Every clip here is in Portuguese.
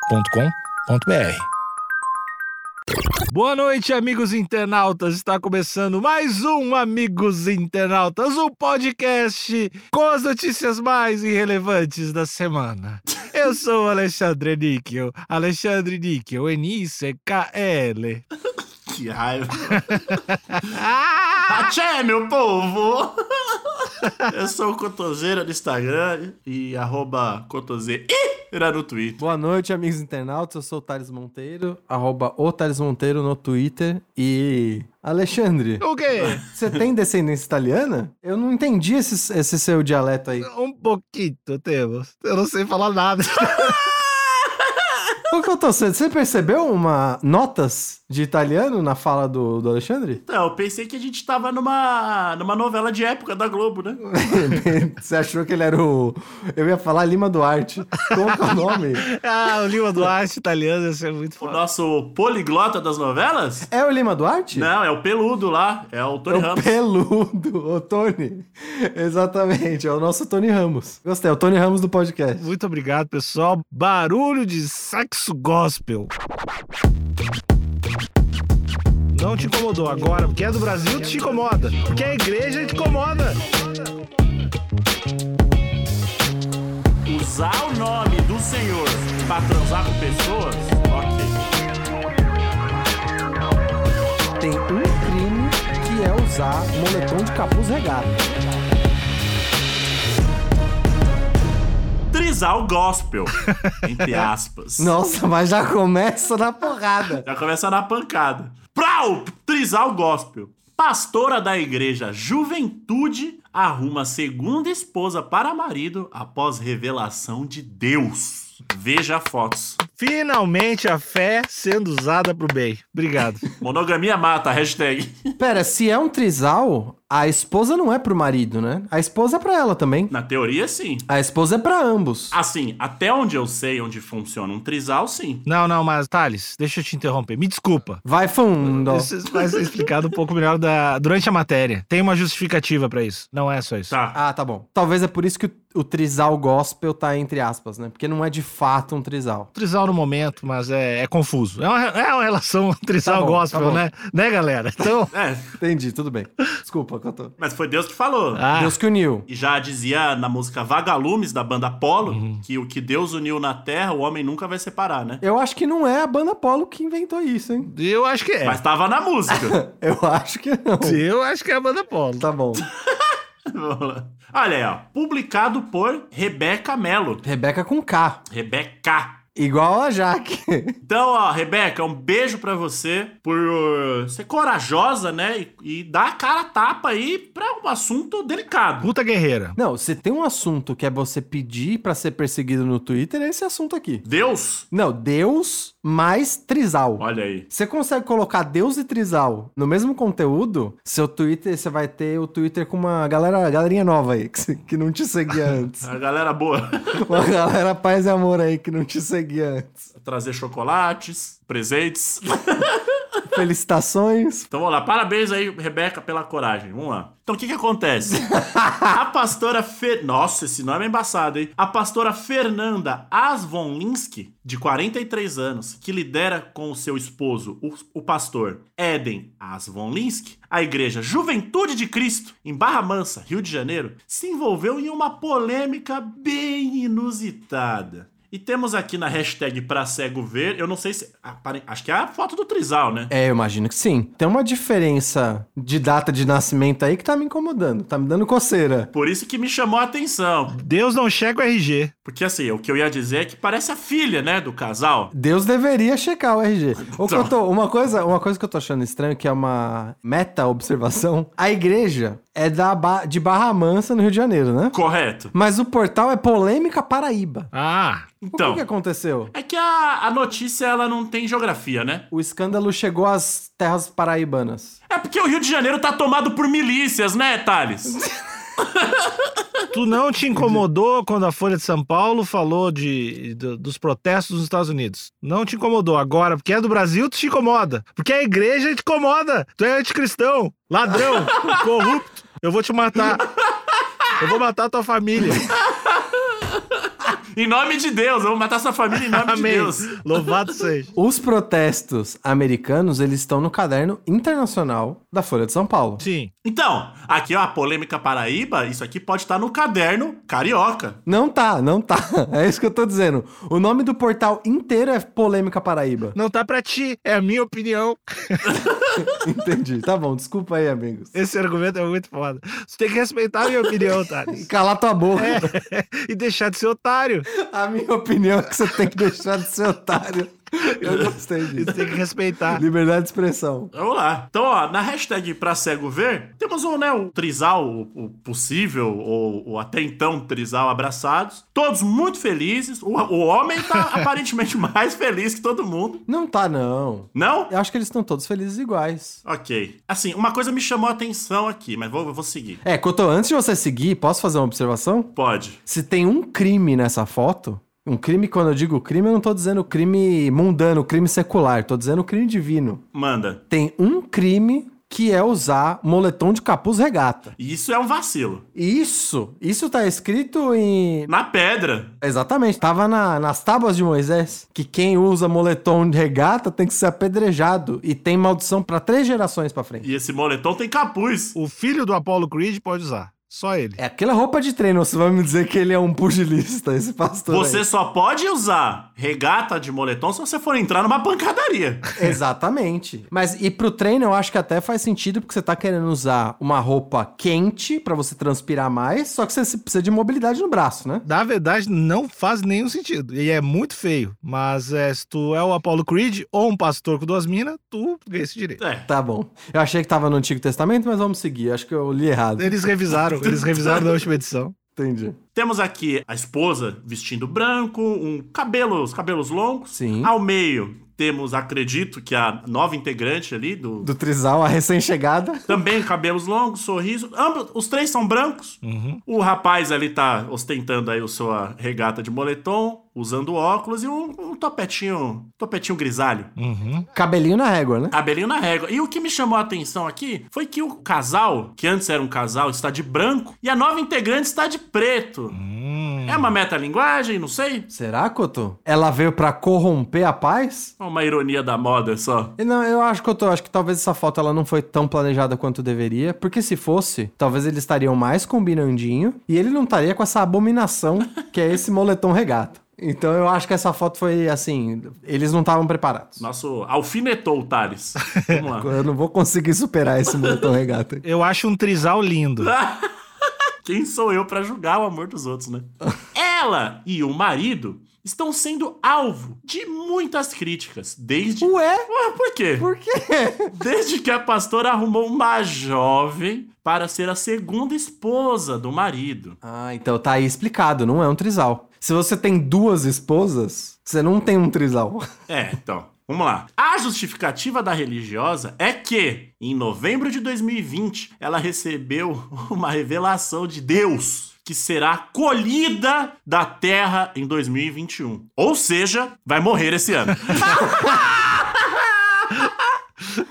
agenciadepodcast.com.br. Boa noite, amigos internautas. Está começando mais um Amigos Internautas, o podcast com as notícias mais irrelevantes da semana. Eu sou o Alexandre Níquel, Alexandre Níquel, N-I-C-K-L. Que raiva. Ah! Axé, meu povo! Eu sou o Cotoseira no Instagram e arroba cotoseira no Twitter. Boa noite, amigos internautas. Eu sou o Thales Monteiro, arroba o Thales Monteiro no Twitter. E. Alexandre, O quê? você tem descendência italiana? Eu não entendi esse, esse seu dialeto aí. Um pouquinho temos. Eu não sei falar nada. Qual que eu tô sendo? Você percebeu uma notas de italiano na fala do, do Alexandre? Então, eu pensei que a gente tava numa, numa novela de época da Globo, né? você achou que ele era o. Eu ia falar Lima Duarte. Qual que é o nome? Ah, o Lima Duarte italiano, ia ser muito O foda. nosso poliglota das novelas? É o Lima Duarte? Não, é o peludo lá, é o É Tony o Ramos. peludo, o Tony. Exatamente, é o nosso Tony Ramos. Gostei, é o Tony Ramos do podcast. Muito obrigado, pessoal. Barulho de sexo gospel. Não te incomodou agora, porque é do Brasil, te incomoda. Porque é a igreja te incomoda. Usar o nome do Senhor pra transar com pessoas? Ok. Tem um crime que é usar moletom de capuz regado. Trisar o gospel, entre aspas. Nossa, mas já começa na porrada. Já começa na pancada. Prau! Trisar o gospel. Pastora da igreja Juventude arruma segunda esposa para marido após revelação de Deus. Veja fotos. Finalmente a fé sendo usada pro bem. Obrigado. Monogamia mata, hashtag. Pera, se é um trisal, a esposa não é pro marido, né? A esposa é pra ela também. Na teoria, sim. A esposa é pra ambos. Assim, até onde eu sei onde funciona um trisal, sim. Não, não, mas Thales, deixa eu te interromper. Me desculpa. Vai fundo. Isso vai ser explicado um pouco melhor da- durante a matéria. Tem uma justificativa pra isso. Não é só isso. Tá. Ah, tá bom. Talvez é por isso que o, o trisal gospel tá entre aspas, né? Porque não é de fato um trisal. trisal no momento, mas é, é confuso. É uma, é uma relação trisal Tá bom, gospel, tá bom. né? Né, galera? Então, É, Entendi, tudo bem. Desculpa, Cotô. mas foi Deus que falou. ah, Deus que uniu. E já dizia na música Vagalumes, da banda Apolo, Uhum. que o que Deus uniu na terra, o homem nunca vai separar, né? Eu acho que não é a banda Polo que inventou isso, hein? eu acho que é. Mas tava na música. Eu acho que não. Eu acho que é a banda Polo. Tá bom. Vamos lá. Olha aí, ó. Publicado por Rebeca Mello. Rebeca com K. Rebeca. Igual a Jaque. Então, ó, Rebeca, um beijo pra você por uh, ser corajosa, né? E, e dar a cara a tapa aí pra um assunto delicado. Puta guerreira. Não, se tem um assunto que é você pedir pra ser perseguido no Twitter, é esse assunto aqui. Deus? Não, Deus mais Trisal. Olha aí. Você consegue colocar Deus e Trisal no mesmo conteúdo? Seu Twitter, você vai ter o Twitter com uma galera, galerinha nova aí, que, se- que não te seguia antes. A galera boa. uma galera paz e amor aí que não te seguia antes. Trazer chocolates, presentes. Felicitações. Então vamos lá, parabéns aí, Rebeca, pela coragem. Vamos lá. Então o que que acontece? a pastora Fer... Nossa, esse nome é embaçado, hein? A pastora Fernanda Asvonlinski, de 43 anos, que lidera com o seu esposo, o, o pastor Eden Asvonlinski, a igreja Juventude de Cristo, em Barra Mansa, Rio de Janeiro, se envolveu em uma polêmica bem inusitada. E temos aqui na hashtag pra cego ver, eu não sei se. apare- Acho que é a foto do Trisal, né? É, eu imagino que sim. Tem uma diferença de data de nascimento aí que tá me incomodando, tá me dando coceira. Por isso que me chamou a atenção. Deus não checa o RG. Porque assim, o que eu ia dizer é que parece a filha, né, do casal. Deus deveria checar o RG. Ô, Então. Cotô, uma coisa, uma coisa que eu tô achando estranho, que é uma meta-observação. A igreja é da Ba- de Barra Mansa, no Rio de Janeiro, né? Correto. Mas o portal é Polêmica Paraíba. Ah, o que Então, que aconteceu? é que a, a notícia ela não tem geografia, né? O escândalo chegou às terras paraibanas. É porque o Rio de Janeiro tá tomado por milícias, né, Thales? tu não te incomodou quando a Folha de São Paulo falou de, do- dos protestos nos Estados Unidos. Não te incomodou agora, porque é do Brasil, tu te incomoda. Porque é a igreja te incomoda. Tu é anticristão, ladrão, corrupto. Eu vou te matar. Eu vou matar tua família. Em nome de Deus, eu vou matar sua família em nome de Amém. Deus. Louvado seja. Os protestos americanos, eles estão no caderno internacional da Folha de São Paulo. Sim. Então, aqui ó, a polêmica Paraíba, isso aqui pode estar no caderno carioca. Não tá, não tá. É isso que eu tô dizendo. O nome do portal inteiro é Polêmica Paraíba. Não tá pra ti, é a minha opinião. Entendi. Tá bom, desculpa aí, amigos. Esse argumento é muito foda. Você tem que respeitar a minha opinião, Thales. Calar tua boca. e deixar de ser otário. A minha opinião é que você tem que deixar de ser otário. Eu gostei E disso. tem que respeitar. Liberdade de expressão. Vamos lá. Então, ó, na hashtag pra cego ver, temos um, né, o trisal, o, o possível, ou, ou até então trisal abraçados. Todos muito felizes. O, o homem tá aparentemente mais feliz que todo mundo. Não tá, não. Não? Eu acho que eles estão todos felizes iguais. Ok. Assim, uma coisa me chamou a atenção aqui, mas vou, eu vou seguir. É, Cotô, antes de você seguir, posso fazer uma observação? Pode. Se tem um crime nessa foto, um crime, quando eu digo crime, eu não tô dizendo crime mundano, crime secular, tô dizendo crime divino. Manda. Tem um crime que é usar moletom de capuz regata. Isso é um vacilo. Isso, isso tá escrito em. Na pedra. Exatamente, tava na- nas tábuas de Moisés que quem usa moletom de regata tem que ser apedrejado e tem maldição pra três gerações pra frente. E esse moletom tem capuz. O filho do Apollo Creed pode usar. Só ele. É aquela roupa de treino, você vai me dizer que ele é um pugilista, esse pastor. aí. Você só pode usar regata de moletom se você for entrar numa pancadaria. Exatamente. Mas e pro treino eu acho que até faz sentido, porque você tá querendo usar uma roupa quente pra você transpirar mais, só que você precisa de mobilidade no braço, né? Na verdade, não faz nenhum sentido. E é muito feio. Mas é, se tu é o Apollo Creed ou um pastor com duas minas, tu ganha esse direito. É. Tá bom. Eu achei que tava no Antigo Testamento, mas vamos seguir. Acho que eu li errado. Eles revisaram, eles revisaram na última edição. Entendi. Temos aqui a esposa vestindo branco, um cabelo, os cabelos longos. Sim. Ao meio temos, acredito que a nova integrante ali do Do Trizal, a recém-chegada. também cabelos longos, sorriso. Ambos, os três são brancos. Uhum, O rapaz ali tá ostentando aí a sua regata de moletom, usando óculos e um, um topetinho, topetinho grisalho. Uhum. Cabelinho na régua, né? Cabelinho na régua. E o que me chamou a atenção aqui foi que o casal, que antes era um casal, está de branco e a nova integrante está de preto. Hum. É uma metalinguagem, não sei. Será, Cotô? Ela veio pra corromper a paz? É Uma ironia da moda só. E Não, eu acho que eu tô, acho que talvez essa foto ela não foi tão planejada quanto deveria, porque se fosse, talvez eles estariam mais combinandinho e ele não estaria com essa abominação que é esse moletom regata. Então eu acho que essa foto foi assim, eles não estavam preparados. Nosso alfinetou o Thales. Vamos lá. Eu não vou conseguir superar esse moletom regata. aí. Eu acho um trisal lindo. Quem sou eu pra julgar o amor dos outros, né? Ela e o marido estão sendo alvo de muitas críticas desde. Ué? Ué, por quê? Por quê? Desde que a pastora arrumou uma jovem para ser a segunda esposa do marido. Ah, então tá aí explicado, não é um trisal. Se você tem duas esposas, você não tem um trisal. É, então, vamos lá. A justificativa da religiosa é que, em novembro de 2020, ela recebeu uma revelação de Deus que será colhida da terra em 2021. Ou seja, vai morrer esse ano.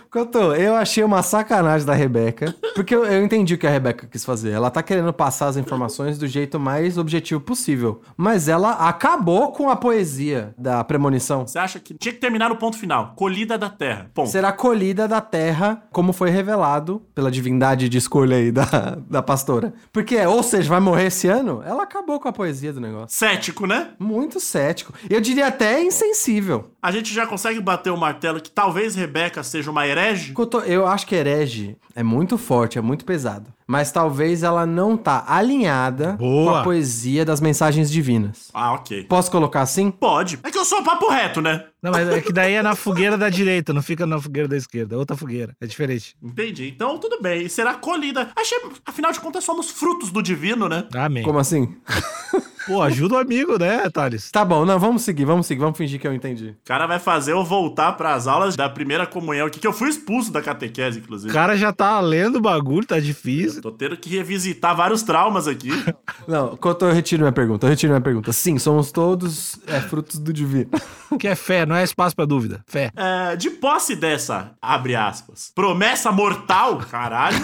Cotô, eu achei uma sacanagem da Rebeca. Porque eu, eu entendi o que a Rebeca quis fazer. Ela tá querendo passar as informações do jeito mais objetivo possível. Mas ela acabou com a poesia da premonição. Você acha que tinha que terminar no ponto final? Colhida da terra. Ponto. Será colhida da terra, como foi revelado pela divindade de escolha aí da, da pastora. Porque, ou seja, vai morrer esse ano? Ela acabou com a poesia do negócio. Cético, né? Muito cético. Eu diria até insensível. A gente já consegue bater o martelo que talvez Rebeca seja uma herege? Cotô, eu acho que herege é muito forte, é muito pesado. Mas talvez ela não tá alinhada com Boa. a poesia das mensagens divinas. Ah, ok. Posso colocar assim? Pode. É que eu sou papo reto, né? Não, mas é que daí é na fogueira da direita, não fica na fogueira da esquerda. É outra fogueira. É diferente. Entendi. Então, tudo bem. E será colhida. Achei, afinal de contas, somos frutos do divino, né? Amém. Como assim? Pô, ajuda o amigo, né, Thales? Tá bom, não, vamos seguir, vamos seguir, vamos fingir que eu entendi. O cara vai fazer eu voltar pras aulas da primeira comunhão aqui, que eu fui expulso da catequese, O inclusive. cara já tá lendo o bagulho, tá Eu difícil. Tô tendo que revisitar vários traumas aqui. Não, Cotô, eu retiro minha pergunta, eu retiro minha pergunta. Sim, somos todos é, frutos do divino. Que é fé, não é espaço pra dúvida. Fé. É, de posse dessa, abre aspas, promessa mortal, caralho,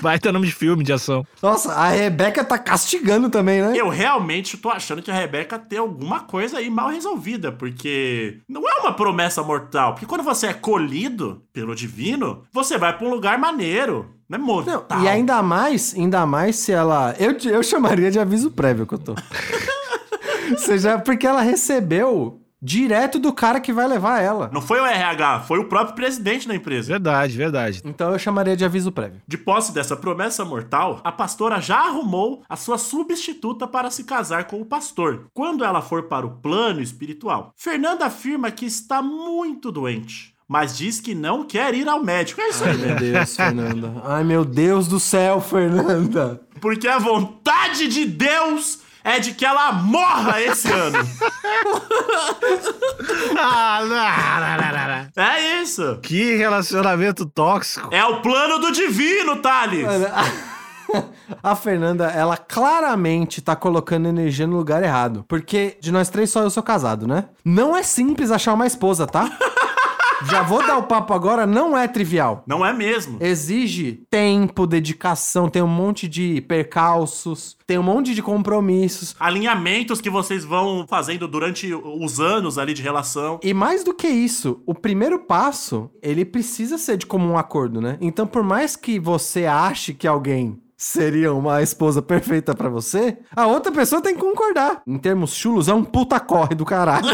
Vai ter nome de filme, de ação. Nossa, a Rebeca tá castigando também, né? eu realmente tô achando que a Rebeca tem alguma coisa aí mal resolvida, porque não é uma promessa mortal. Porque quando você é colhido pelo divino, você vai pra um lugar maneiro. Não é mortal. E ainda mais, ainda mais se ela. Eu, eu chamaria de aviso prévio que eu tô. Seja porque ela recebeu direto do cara que vai levar ela. Não foi o RH, foi o próprio presidente da empresa. Verdade, verdade. Então eu chamaria de aviso prévio. De posse dessa promessa mortal, a pastora já arrumou a sua substituta para se casar com o pastor, quando ela for para o plano espiritual. Fernanda afirma que está muito doente, mas diz que não quer ir ao médico. É isso aí, Meu né? Deus, Fernanda. Ai, meu Deus do céu, Fernanda. Porque a vontade de Deus é de que ela morra esse ano. Ah, lá, lá, lá, lá, lá. É isso. Que relacionamento tóxico. É o plano do divino, Thales. Mano, a- A Fernanda, ela claramente tá colocando energia no lugar errado. Porque de nós três só eu sou casado, né? Não é simples achar uma esposa, tá? Já vou dar o papo agora, não é trivial. Não é mesmo. Exige tempo, dedicação, tem um monte de percalços, tem um monte de compromissos. Alinhamentos que vocês vão fazendo durante os anos ali de relação. E mais do que isso, o primeiro passo, ele precisa ser de comum acordo, né? Então, por mais que você ache que alguém seria uma esposa perfeita pra você, a outra pessoa tem que concordar. Em termos chulos, é um puta corre do caralho.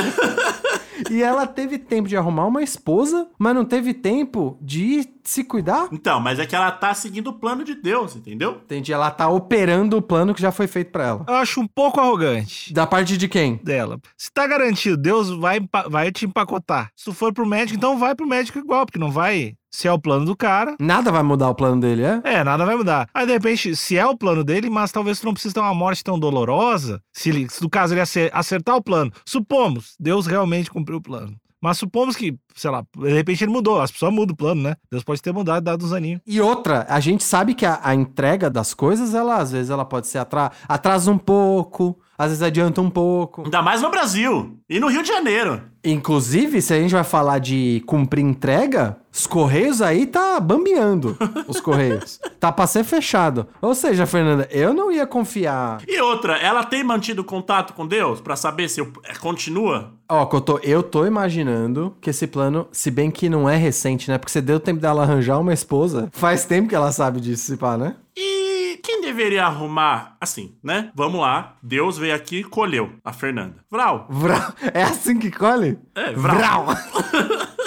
E ela teve tempo de arrumar uma esposa, mas não teve tempo de ir se cuidar. Então, mas é que ela tá seguindo o plano de Deus, entendeu? Entendi, ela tá operando o plano que já foi feito pra ela. Eu acho um pouco arrogante Da parte de quem? dela. Se tá garantido, Deus vai, empa- vai te empacotar. Se tu for pro médico, então vai pro médico igual, porque não vai. Se é o plano do cara, Nada vai mudar o plano dele, é? É, nada vai mudar. Aí, de repente, se é o plano dele, mas talvez tu não precise ter uma morte tão dolorosa, se, ele, se no caso ele acer- acertar o plano. Supomos, Deus realmente cumpriu o plano. Mas supomos que, sei lá, de repente ele mudou, as pessoas mudam o plano, né? Deus pode ter mudado, dado uns aninhos. E outra, a gente sabe que a, a entrega das coisas, ela às vezes ela pode ser atra atrasa um pouco, às vezes adianta um pouco. Ainda mais no Brasil e no Rio de Janeiro. Inclusive, se a gente vai falar de cumprir entrega, os correios aí tá bambeando os correios. tá pra ser fechado. Ou seja, Fernanda, eu não ia confiar. E outra, ela tem mantido contato com Deus pra saber se eu- é, continua? Ó, Cotô, eu tô imaginando que esse plano, se bem que não é recente, né? Porque você deu tempo dela arranjar uma esposa. Faz tempo que ela sabe disso, se pá, né? E quem deveria arrumar? Assim, né? Vamos lá. Deus veio aqui e colheu a Fernanda. Vral. Vral. É assim que colhe? É, vral.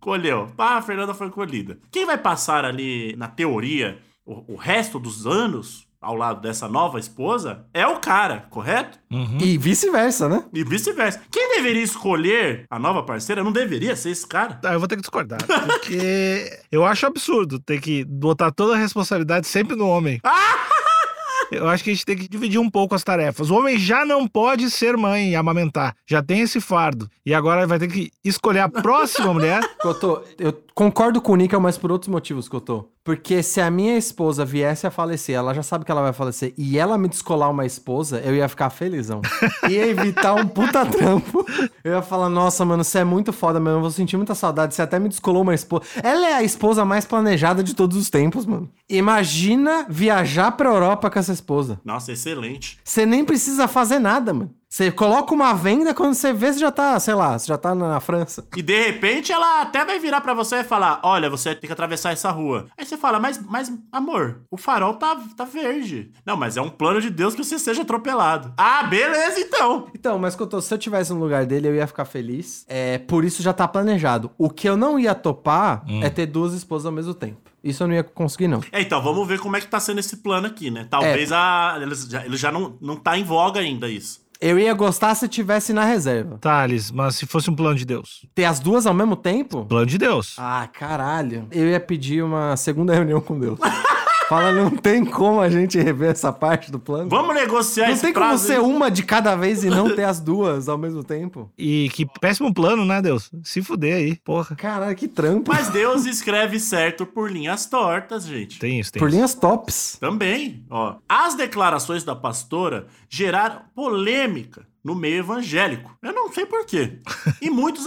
Colheu. Pá, a Fernanda foi colhida. Quem vai passar ali, na teoria, o, o resto dos anos ao lado dessa nova esposa é o cara, correto? E vice-versa, né? E vice-versa. Quem deveria escolher a nova parceira não deveria ser esse cara. Tá, eu vou ter que discordar, porque eu acho absurdo ter que botar toda a responsabilidade sempre no homem. Eu acho que a gente tem que dividir um pouco as tarefas. O homem já não pode ser mãe e amamentar. Já tem esse fardo. E agora vai ter que escolher a próxima mulher Cotô, eu concordo com o Nickel, mas por outros motivos, Cotô. Porque se a minha esposa viesse a falecer, ela já sabe que ela vai falecer, e ela me descolar uma esposa, eu ia ficar felizão. Ia evitar um puta trampo. Eu ia falar, nossa, mano, você é muito foda, mano. Eu vou sentir muita saudade. Você até me descolou uma esposa. Ela é a esposa mais planejada de todos os tempos, mano. Imagina viajar pra Europa com essa esposa. Nossa, excelente. Você nem precisa fazer nada, mano. Você coloca uma venda, quando você vê, você já tá, sei lá, você já tá na na França. E de repente ela até vai virar pra você e falar: Olha, você tem que atravessar essa rua. Aí você fala: Mas, mas amor, o farol tá, tá verde. Não, mas é um plano de Deus que você seja atropelado. Ah, beleza então. Então, mas Couto, se eu tivesse no lugar dele, eu ia ficar feliz. É, por isso já tá planejado. O que eu não ia topar Hum. é ter duas esposas ao mesmo tempo. Isso eu não ia conseguir, não. É, então vamos ver como é que tá sendo esse plano aqui, né? Talvez É. a, ele já, ele já não, não tá em voga ainda isso. Eu ia gostar se tivesse na reserva. Thales, mas se fosse um plano de Deus. Ter as duas ao mesmo tempo? Plano de Deus. Ah, caralho. Eu ia pedir uma segunda reunião com Deus. Fala, não tem como a gente rever essa parte do plano. Vamos negociar não esse tem como prazo. ser um. aí. uma de cada vez e não ter as duas ao mesmo tempo. E que péssimo plano, né, Deus? Se fuder aí, porra. Caralho, que trampo. Mas Deus escreve certo por linhas tortas, gente. Tem isso, tem Por isso. linhas tops. Também, ó. As declarações da pastora geraram polêmica no meio evangélico. Eu não sei porquê. E muitos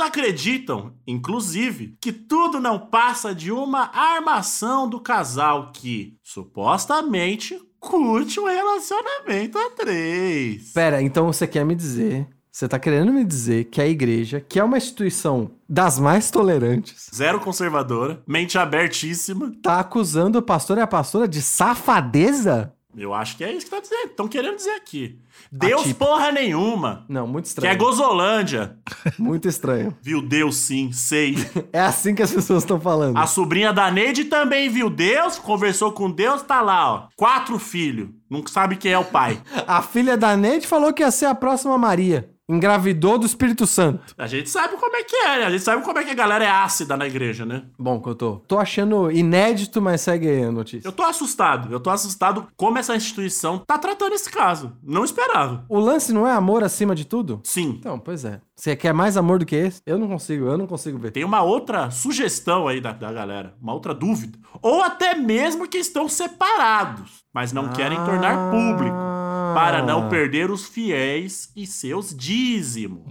acreditam, inclusive, que tudo não passa de uma armação do casal que, supostamente, curte um relacionamento a três. Pera, então você quer me dizer, você tá querendo me dizer que a igreja, que é uma instituição das mais tolerantes, Zero conservadora, mente abertíssima. tá acusando o pastor e a pastora de safadeza? Eu acho que é isso que tá dizendo. Estão querendo dizer aqui. Deus Atípico. porra nenhuma. Não, muito Que é estranho. Gozolândia. Muito estranho. Viu Deus sim, sei. É assim que as pessoas estão falando. A sobrinha da Neide também viu Deus, conversou com Deus, tá lá, ó. Quatro filhos. Não sabe quem é o pai. A filha da Neide falou que ia ser a próxima Maria. Engravidou do Espírito Santo. A gente sabe como é que é, né? A gente sabe como é que a galera é ácida na igreja, né? Bom, que eu tô. Tô achando inédito, mas segue aí a notícia. Eu tô assustado. Eu tô assustado como essa instituição tá tratando esse caso. Não esperava. O lance não é amor acima de tudo? Sim. Então, pois é. Você quer mais amor do que esse? Eu não consigo, eu não consigo ver. Tem uma outra sugestão aí da, da galera, uma outra dúvida. Ou até mesmo que estão separados, mas não Ah. querem tornar público. Para Ah. não perder os fiéis e seus dízimos.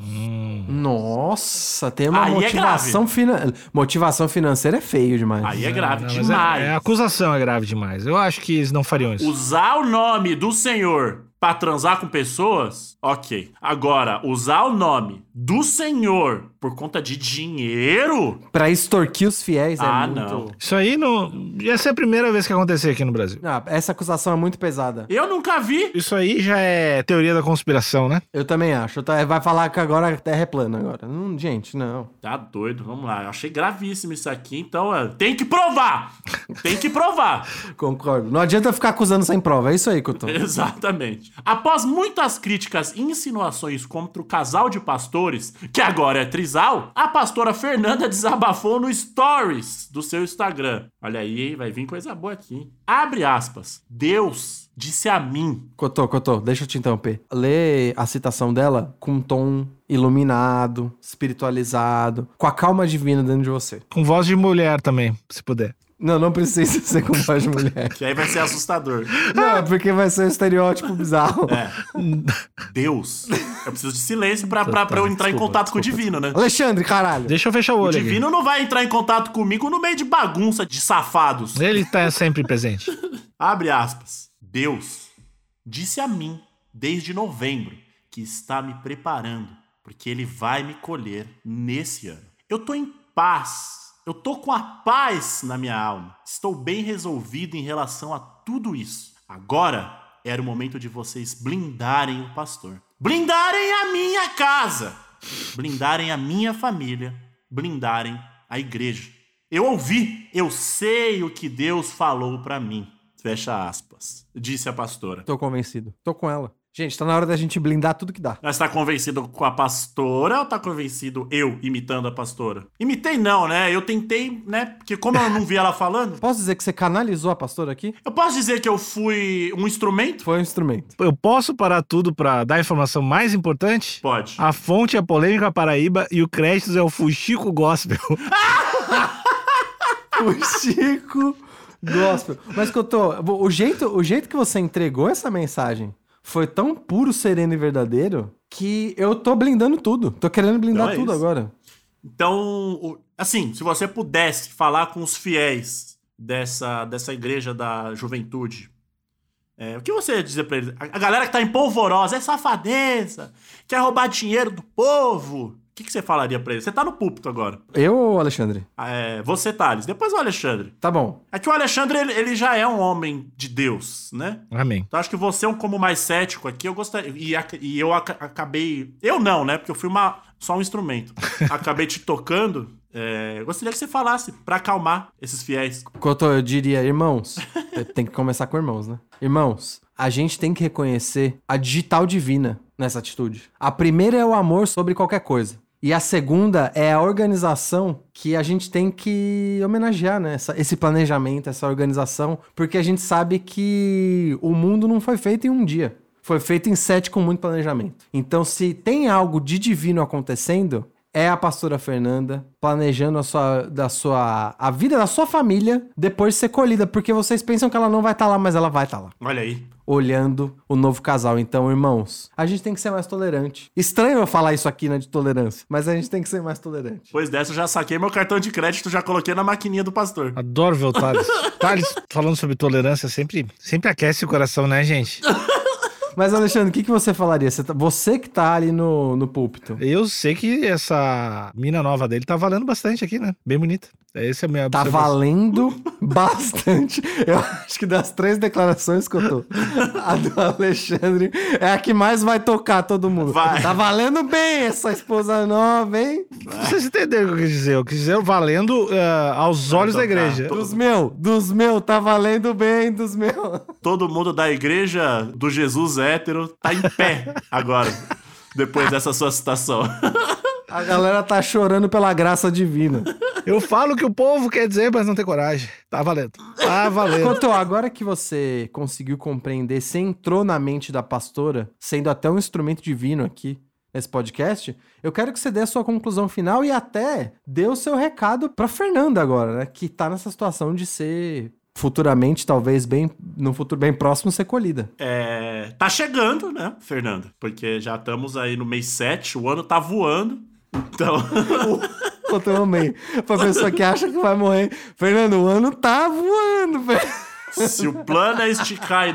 Nossa, tem uma Aí é motivação financeira. Motivação financeira é feio demais. Aí é grave Não, mas é- demais. é- a acusação é grave demais. Eu acho que eles não fariam isso. Usar o nome do Senhor pra transar com pessoas, ok. Agora, usar o nome do Senhor por conta de dinheiro? Pra extorquir os fiéis é é- Ah, muito. não. Isso aí não. Ia ser a primeira vez que acontecer aqui no Brasil. Ah, essa acusação é muito pesada. Eu nunca vi. Isso aí já é teoria da conspiração, né? Eu também acho. Tá- Vai falar que agora a Terra é plana agora. Não, gente, não. Tá doido, vamos lá. Eu achei gravíssimo isso aqui, então é, tem que provar! Tem que provar! Concordo. Não adianta ficar acusando sem prova. É isso aí, Couto. Exatamente. Após muitas críticas e insinuações contra o casal de pastores, que agora é trisal, a pastora Fernanda desabafou no stories do seu Instagram. Olha aí, vai vir coisa boa aqui. hein? Abre aspas. Deus disse a mim. Cotô, Cotô, deixa eu te interromper. Lê a citação dela com um tom iluminado, espiritualizado, com a calma divina dentro de você. Com voz de mulher também, se puder. Não, não precisa ser com voz de mulher. Que aí vai ser assustador. Não, é porque vai ser um estereótipo bizarro. É. Deus. Eu preciso de silêncio pra, pra, pra eu entrar em contato com o divino, né? Alexandre, caralho. Deixa eu fechar o O olho. aqui. divino não vai entrar em contato comigo no meio de bagunça de safados. Ele tá sempre presente. Abre aspas. Deus disse a mim desde novembro que está me preparando, porque ele vai me colher nesse ano. Eu tô em paz. Eu tô com a paz na minha alma. Estou bem resolvido em relação a tudo isso. Agora era o momento de vocês blindarem o pastor. Blindarem a minha casa. Blindarem a minha família. Blindarem a igreja. Eu ouvi, eu sei o que Deus falou pra mim. Fecha aspas. Disse a pastora. Tô convencido. Tô com ela. Gente, tá na hora da gente blindar tudo que dá. Mas tá convencido com a pastora ou tá convencido eu imitando a pastora? Imitei não, né? Eu tentei, né? Porque como eu não vi ela falando, Posso dizer que você canalizou a pastora aqui? eu posso dizer que eu fui um instrumento? Foi um instrumento. Eu posso parar tudo pra dar a informação mais importante? Pode. A fonte é polêmica Paraíba e o crédito é o Fuxico Gospel. O Chico gospel. Mas que eu tô. O jeito, o jeito que você entregou essa mensagem foi tão puro, sereno e verdadeiro que eu tô blindando tudo. Tô querendo blindar Então é tudo isso. agora. Então, o- assim, se você pudesse falar com os fiéis dessa, dessa igreja da juventude, é, o que você ia dizer pra eles? A, a galera que tá em polvorosa, é safadeza, quer roubar dinheiro do povo. O que, que você falaria pra eles? Você tá no púlpito agora. Eu ou o Alexandre? É, você, Thales. Depois o Alexandre. Tá bom. É que o Alexandre, ele, ele já é um homem de Deus, né? Amém. Então acho que você é um como mais cético aqui, eu gostaria. E, ac- e eu ac- acabei. Eu não, né? Porque eu fui uma, só um instrumento. acabei te tocando. é, eu gostaria que você falasse pra acalmar esses fiéis. Cotô, é eu diria, irmãos, tem que começar com irmãos, né? Irmãos, a gente tem que reconhecer a digital divina nessa atitude. A primeira é o amor sobre qualquer coisa. E a segunda é a organização que a gente tem que homenagear, né? Essa- esse planejamento, essa organização, porque a gente sabe que o mundo não foi feito em um dia. Foi feito em sete com muito planejamento. Então, se tem algo de divino acontecendo, é a pastora Fernanda planejando a sua, da sua, a vida da sua família depois de ser colhida, porque vocês pensam que ela não vai estar lá, mas ela vai estar lá Olha aí. olhando o novo casal. Então, irmãos, a gente tem que ser mais tolerante. Estranho eu falar isso aqui, né, de tolerância, mas a gente tem que ser mais tolerante. Pois dessa, eu já saquei meu cartão de crédito, já coloquei na maquininha do pastor. Adoro ver o Thales. Thales falando sobre tolerância sempre, sempre aquece o coração, né, gente? Mas, Alexandre, o que, que você falaria? Você, tá- você que tá ali no, no púlpito. Eu sei que essa mina nova dele tá valendo bastante aqui, né? Bem bonita. Essa é a minha Tá observação. valendo bastante. Eu acho que das três declarações que eu tô, a do Alexandre é a que mais vai tocar todo mundo. Vai. Tá valendo bem essa esposa nova, hein? Vocês entenderam o que eu quis dizer? Eu quis dizer valendo ah, aos olhos da tocar. igreja. Dos meu, dos meu, tá valendo bem, dos meu. Todo mundo da igreja do Jesus hétero tá em pé agora. Depois dessa sua citação. A galera tá chorando pela graça divina. Eu falo o que o povo quer dizer, mas não tem coragem. Tá valendo. Tá valendo. Cotô, É. agora que você conseguiu compreender, você entrou na mente da pastora, sendo até um instrumento divino aqui nesse podcast, eu quero que você dê a sua conclusão final e até dê o seu recado pra Fernanda agora, né? Que tá nessa situação de ser futuramente, talvez bem, num futuro bem próximo, ser colhida. É, tá chegando, né, Fernando? Porque já estamos aí no mês 7, o ano tá voando. Então, Cotô, eu amei. um Pra pessoa que acha que vai morrer. Fernando, o ano tá voando, velho. se o plano é esticar em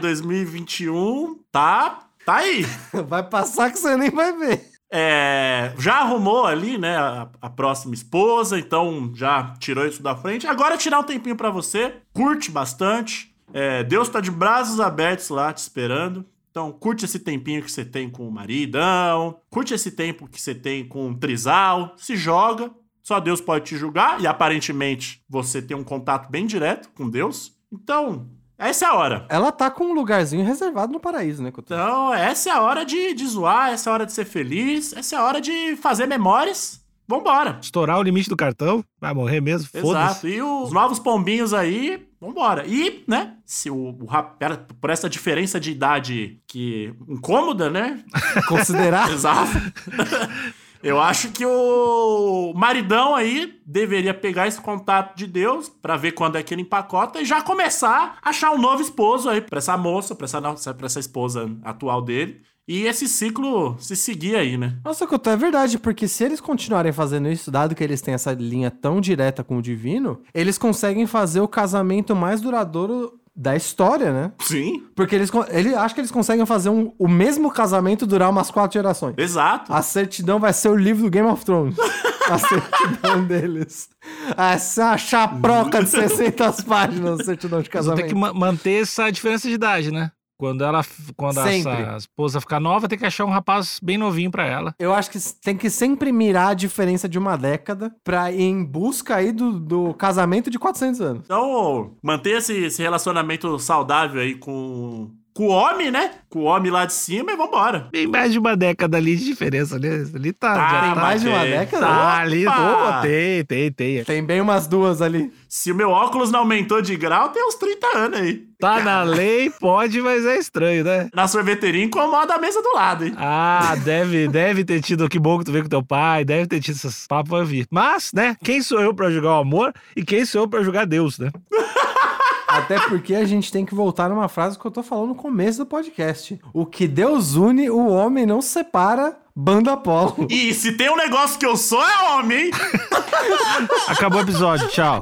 2021, tá, tá aí. Vai passar que você nem vai ver. É, já arrumou ali, né, a, a próxima esposa, então já tirou isso da frente. Agora é tirar um tempinho pra você, curte bastante. É, Deus tá de braços abertos lá te esperando. Então curte esse tempinho que você tem com o maridão, curte esse tempo que você tem com o trisal, se joga. Só Deus pode te julgar e aparentemente você tem um contato bem direto com Deus. Então, essa é a hora. Ela tá com um lugarzinho reservado no paraíso, né, Cotô? Então, essa é a hora de, de zoar, essa é a hora de ser feliz, essa é a hora de fazer memórias. Vambora. Estourar o limite do cartão, vai morrer mesmo, foda-se. Exato. E os novos pombinhos aí, vambora. E, né, se o, o rapaz, por essa diferença de idade que incômoda, né? Considerar Exato. Eu acho que o maridão aí deveria pegar esse contato de Deus pra ver quando é que ele empacota e já começar a achar um novo esposo aí pra essa moça, pra essa, nossa- pra essa esposa atual dele. E esse ciclo se seguir aí, né? Nossa, Couto, é verdade, porque se eles continuarem fazendo isso, dado que eles têm essa linha tão direta com o divino, eles conseguem fazer o casamento mais duradouro da história, né? Sim. Porque eles, con- ele, acho que eles conseguem fazer um- o mesmo casamento durar umas quatro gerações. Exato. A certidão vai ser o livro do Game of Thrones. A certidão deles. Essa é chaproca de 600 páginas, a certidão de Mas vão ter casamento. que ma- manter essa diferença de idade, né? Quando ela, f- quando Sempre. essa esposa ficar nova, tem que achar um rapaz bem novinho pra ela. Eu acho que tem que sempre mirar a diferença de uma década pra ir em busca aí do, do casamento de 400 anos. Então, manter esse, esse relacionamento saudável aí com, com o homem, né? Com o homem lá de cima e vambora. Bem mais de uma década ali de diferença, ali, ali tá. Tá, já Ah, tem mais de uma Matheus. década? tá ali, Opa! pô, tem, tem, tem. Tem bem umas duas ali. Se o meu óculos não aumentou de grau, tem uns 30 anos aí. Tá na lei, pode, mas é estranho, né? Na sorveteria incomoda a mesa do lado, hein? Ah, deve, deve ter tido que bom que tu veio com teu pai, deve ter tido esses papos a vir. Mas, né, quem sou eu pra julgar o amor e quem sou eu pra julgar Deus, né? Até porque a gente tem que voltar numa frase que eu tô falando no começo do podcast. O que Deus une, o homem não separa. Banda Apolo. E se tem um negócio que eu sou, é homem, hein? Acabou o episódio, tchau.